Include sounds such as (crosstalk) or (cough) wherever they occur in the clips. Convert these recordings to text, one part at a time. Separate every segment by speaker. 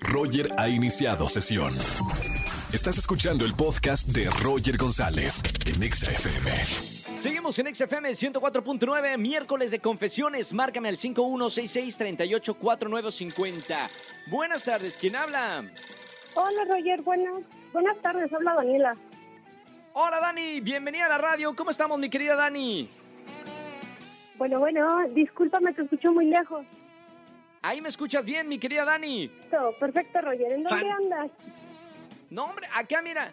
Speaker 1: Roger ha iniciado sesión. Estás escuchando el podcast de Roger González en Exa FM.
Speaker 2: Seguimos en XFM 104.9, miércoles de confesiones. Márcame al 5166-384950. Buenas tardes, ¿quién habla?
Speaker 3: Hola Roger, buenas, buenas tardes, habla Daniela.
Speaker 2: Hola Dani, bienvenida a la radio. ¿Cómo estamos, mi querida Dani?
Speaker 3: Bueno, bueno, discúlpame, te escucho muy lejos.
Speaker 2: Ahí me escuchas bien, mi querida Dani.
Speaker 3: Todo perfecto Roger, ¿en dónde andas?
Speaker 2: No, hombre, acá mira,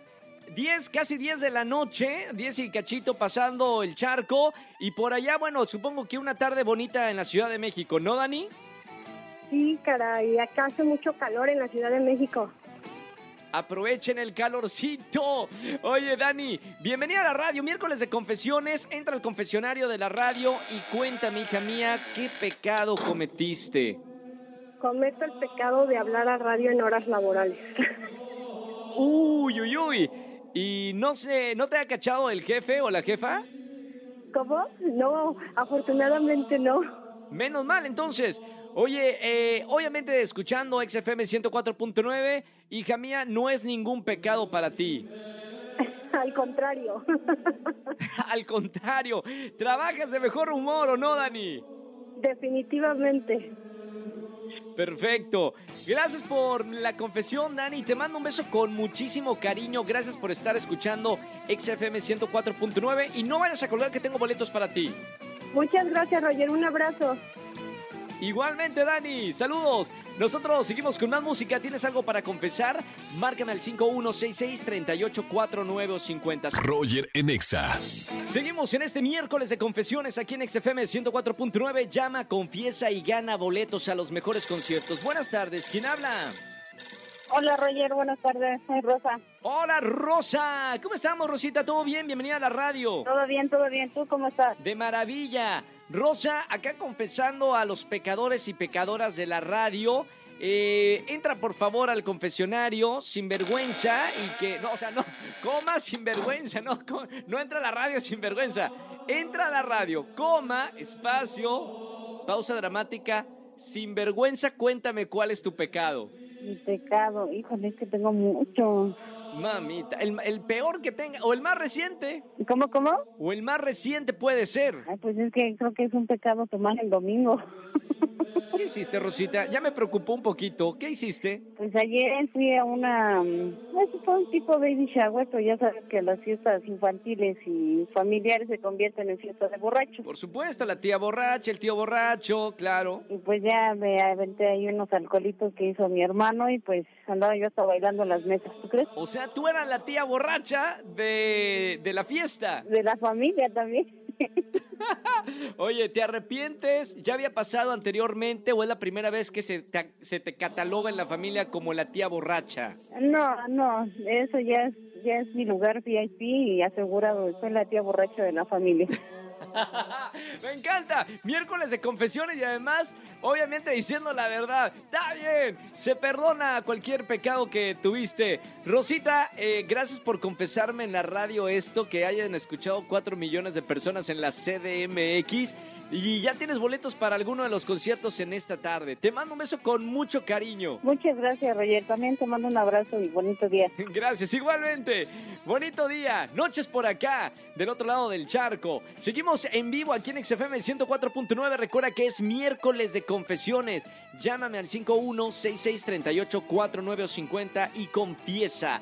Speaker 2: 10, casi 10 de la noche, 10 y cachito pasando el charco. Y por allá, bueno, supongo que una tarde bonita en la Ciudad de México, ¿no, Dani?
Speaker 3: Sí, caray, acá hace mucho calor en la Ciudad de México.
Speaker 2: Aprovechen el calorcito. Oye, Dani, bienvenida a la radio. Miércoles de confesiones. Entra al confesionario de la radio y cuéntame, hija mía, qué pecado cometiste.
Speaker 3: Cometo el pecado de hablar a radio en horas laborales. (laughs)
Speaker 2: Uy, uy, uy. ¿Y no sé, no te ha cachado el jefe o la jefa?
Speaker 3: ¿Cómo? No, afortunadamente no. (laughs)
Speaker 2: Menos mal, entonces. Oye, eh, obviamente escuchando XFM 104.9, hija mía, no es ningún pecado para ti. (laughs)
Speaker 3: Al contrario. (laughs)
Speaker 2: Al contrario, trabajas de mejor humor, ¿o no, Dani?
Speaker 3: Definitivamente.
Speaker 2: Perfecto. Gracias por la confesión, Dani. Te mando un beso con muchísimo cariño. Gracias por estar escuchando XFM 104.9 y no vayas a colgar que tengo boletos para ti.
Speaker 3: Muchas gracias Roger, un abrazo.
Speaker 2: Igualmente, Dani, saludos. Nosotros seguimos con más música. ¿Tienes algo para confesar? Márcame al 5166-384950.
Speaker 1: Roger en Exa.
Speaker 2: Seguimos en este miércoles de confesiones aquí en XFM 104.9. Llama, confiesa y gana boletos a los mejores conciertos. Buenas tardes, ¿quién habla?
Speaker 3: Hola Roger, buenas tardes, soy Rosa.
Speaker 2: Hola, Rosa. ¿Cómo estamos, Rosita? ¿Todo bien? Bienvenida a la radio.
Speaker 3: Todo bien, todo bien, ¿tú cómo estás?
Speaker 2: De maravilla. Rosa, acá confesando a los pecadores y pecadoras de la radio. eh, entra por favor al confesionario sin vergüenza y que no, o sea, no coma sin vergüenza, no, co- no entra a la radio sin vergüenza. Entra a la radio, coma, espacio, pausa dramática, sin vergüenza, cuéntame cuál es tu pecado.
Speaker 3: Mi pecado, híjole, es que tengo mucho.
Speaker 2: Mamita, el, el peor que tenga, o el más reciente,
Speaker 3: ¿Cómo, cómo?
Speaker 2: o el más reciente puede ser.
Speaker 3: Ay, pues es que creo que es un pecado tomar el domingo.
Speaker 2: ¿Qué hiciste, Rosita? Ya me preocupó un poquito. ¿Qué hiciste?
Speaker 3: Pues ayer fui a una, mm, eso fue un tipo baby shower, pero ya sabes que las fiestas infantiles y familiares se convierten en fiestas de borrachos.
Speaker 2: Por supuesto, la tía borracha, el tío borracho, claro.
Speaker 3: Y pues ya me aventé ahí unos alcoholitos que hizo mi hermano y pues andaba yo hasta bailando en las mesas, ¿tú crees?
Speaker 2: O sea, tú eras la tía borracha de, de la fiesta.
Speaker 3: De la familia también.
Speaker 2: Oye, ¿te arrepientes? ¿Ya había pasado anteriormente o es la primera vez que se te, se te cataloga en la familia como la tía borracha?
Speaker 3: No, no, eso ya es, ya es mi lugar VIP y asegurado, soy la tía borracha de la familia. (laughs)
Speaker 2: Me encanta. Miércoles de confesiones y además, obviamente diciendo la verdad. Está bien. Se perdona cualquier pecado que tuviste. Rosita, eh, gracias por confesarme en la radio esto que hayan escuchado 4 millones de personas en la CDMX. Y ya tienes boletos para alguno de los conciertos en esta tarde. Te mando un beso con mucho cariño.
Speaker 3: Muchas gracias, Roger. También te mando un abrazo y bonito día.
Speaker 2: (laughs) Gracias, igualmente. Bonito día. Noches por acá, del otro lado del charco. Seguimos en vivo aquí en XFM 104.9. Recuerda que es miércoles de confesiones. Llámame al 5166384950 y confiesa.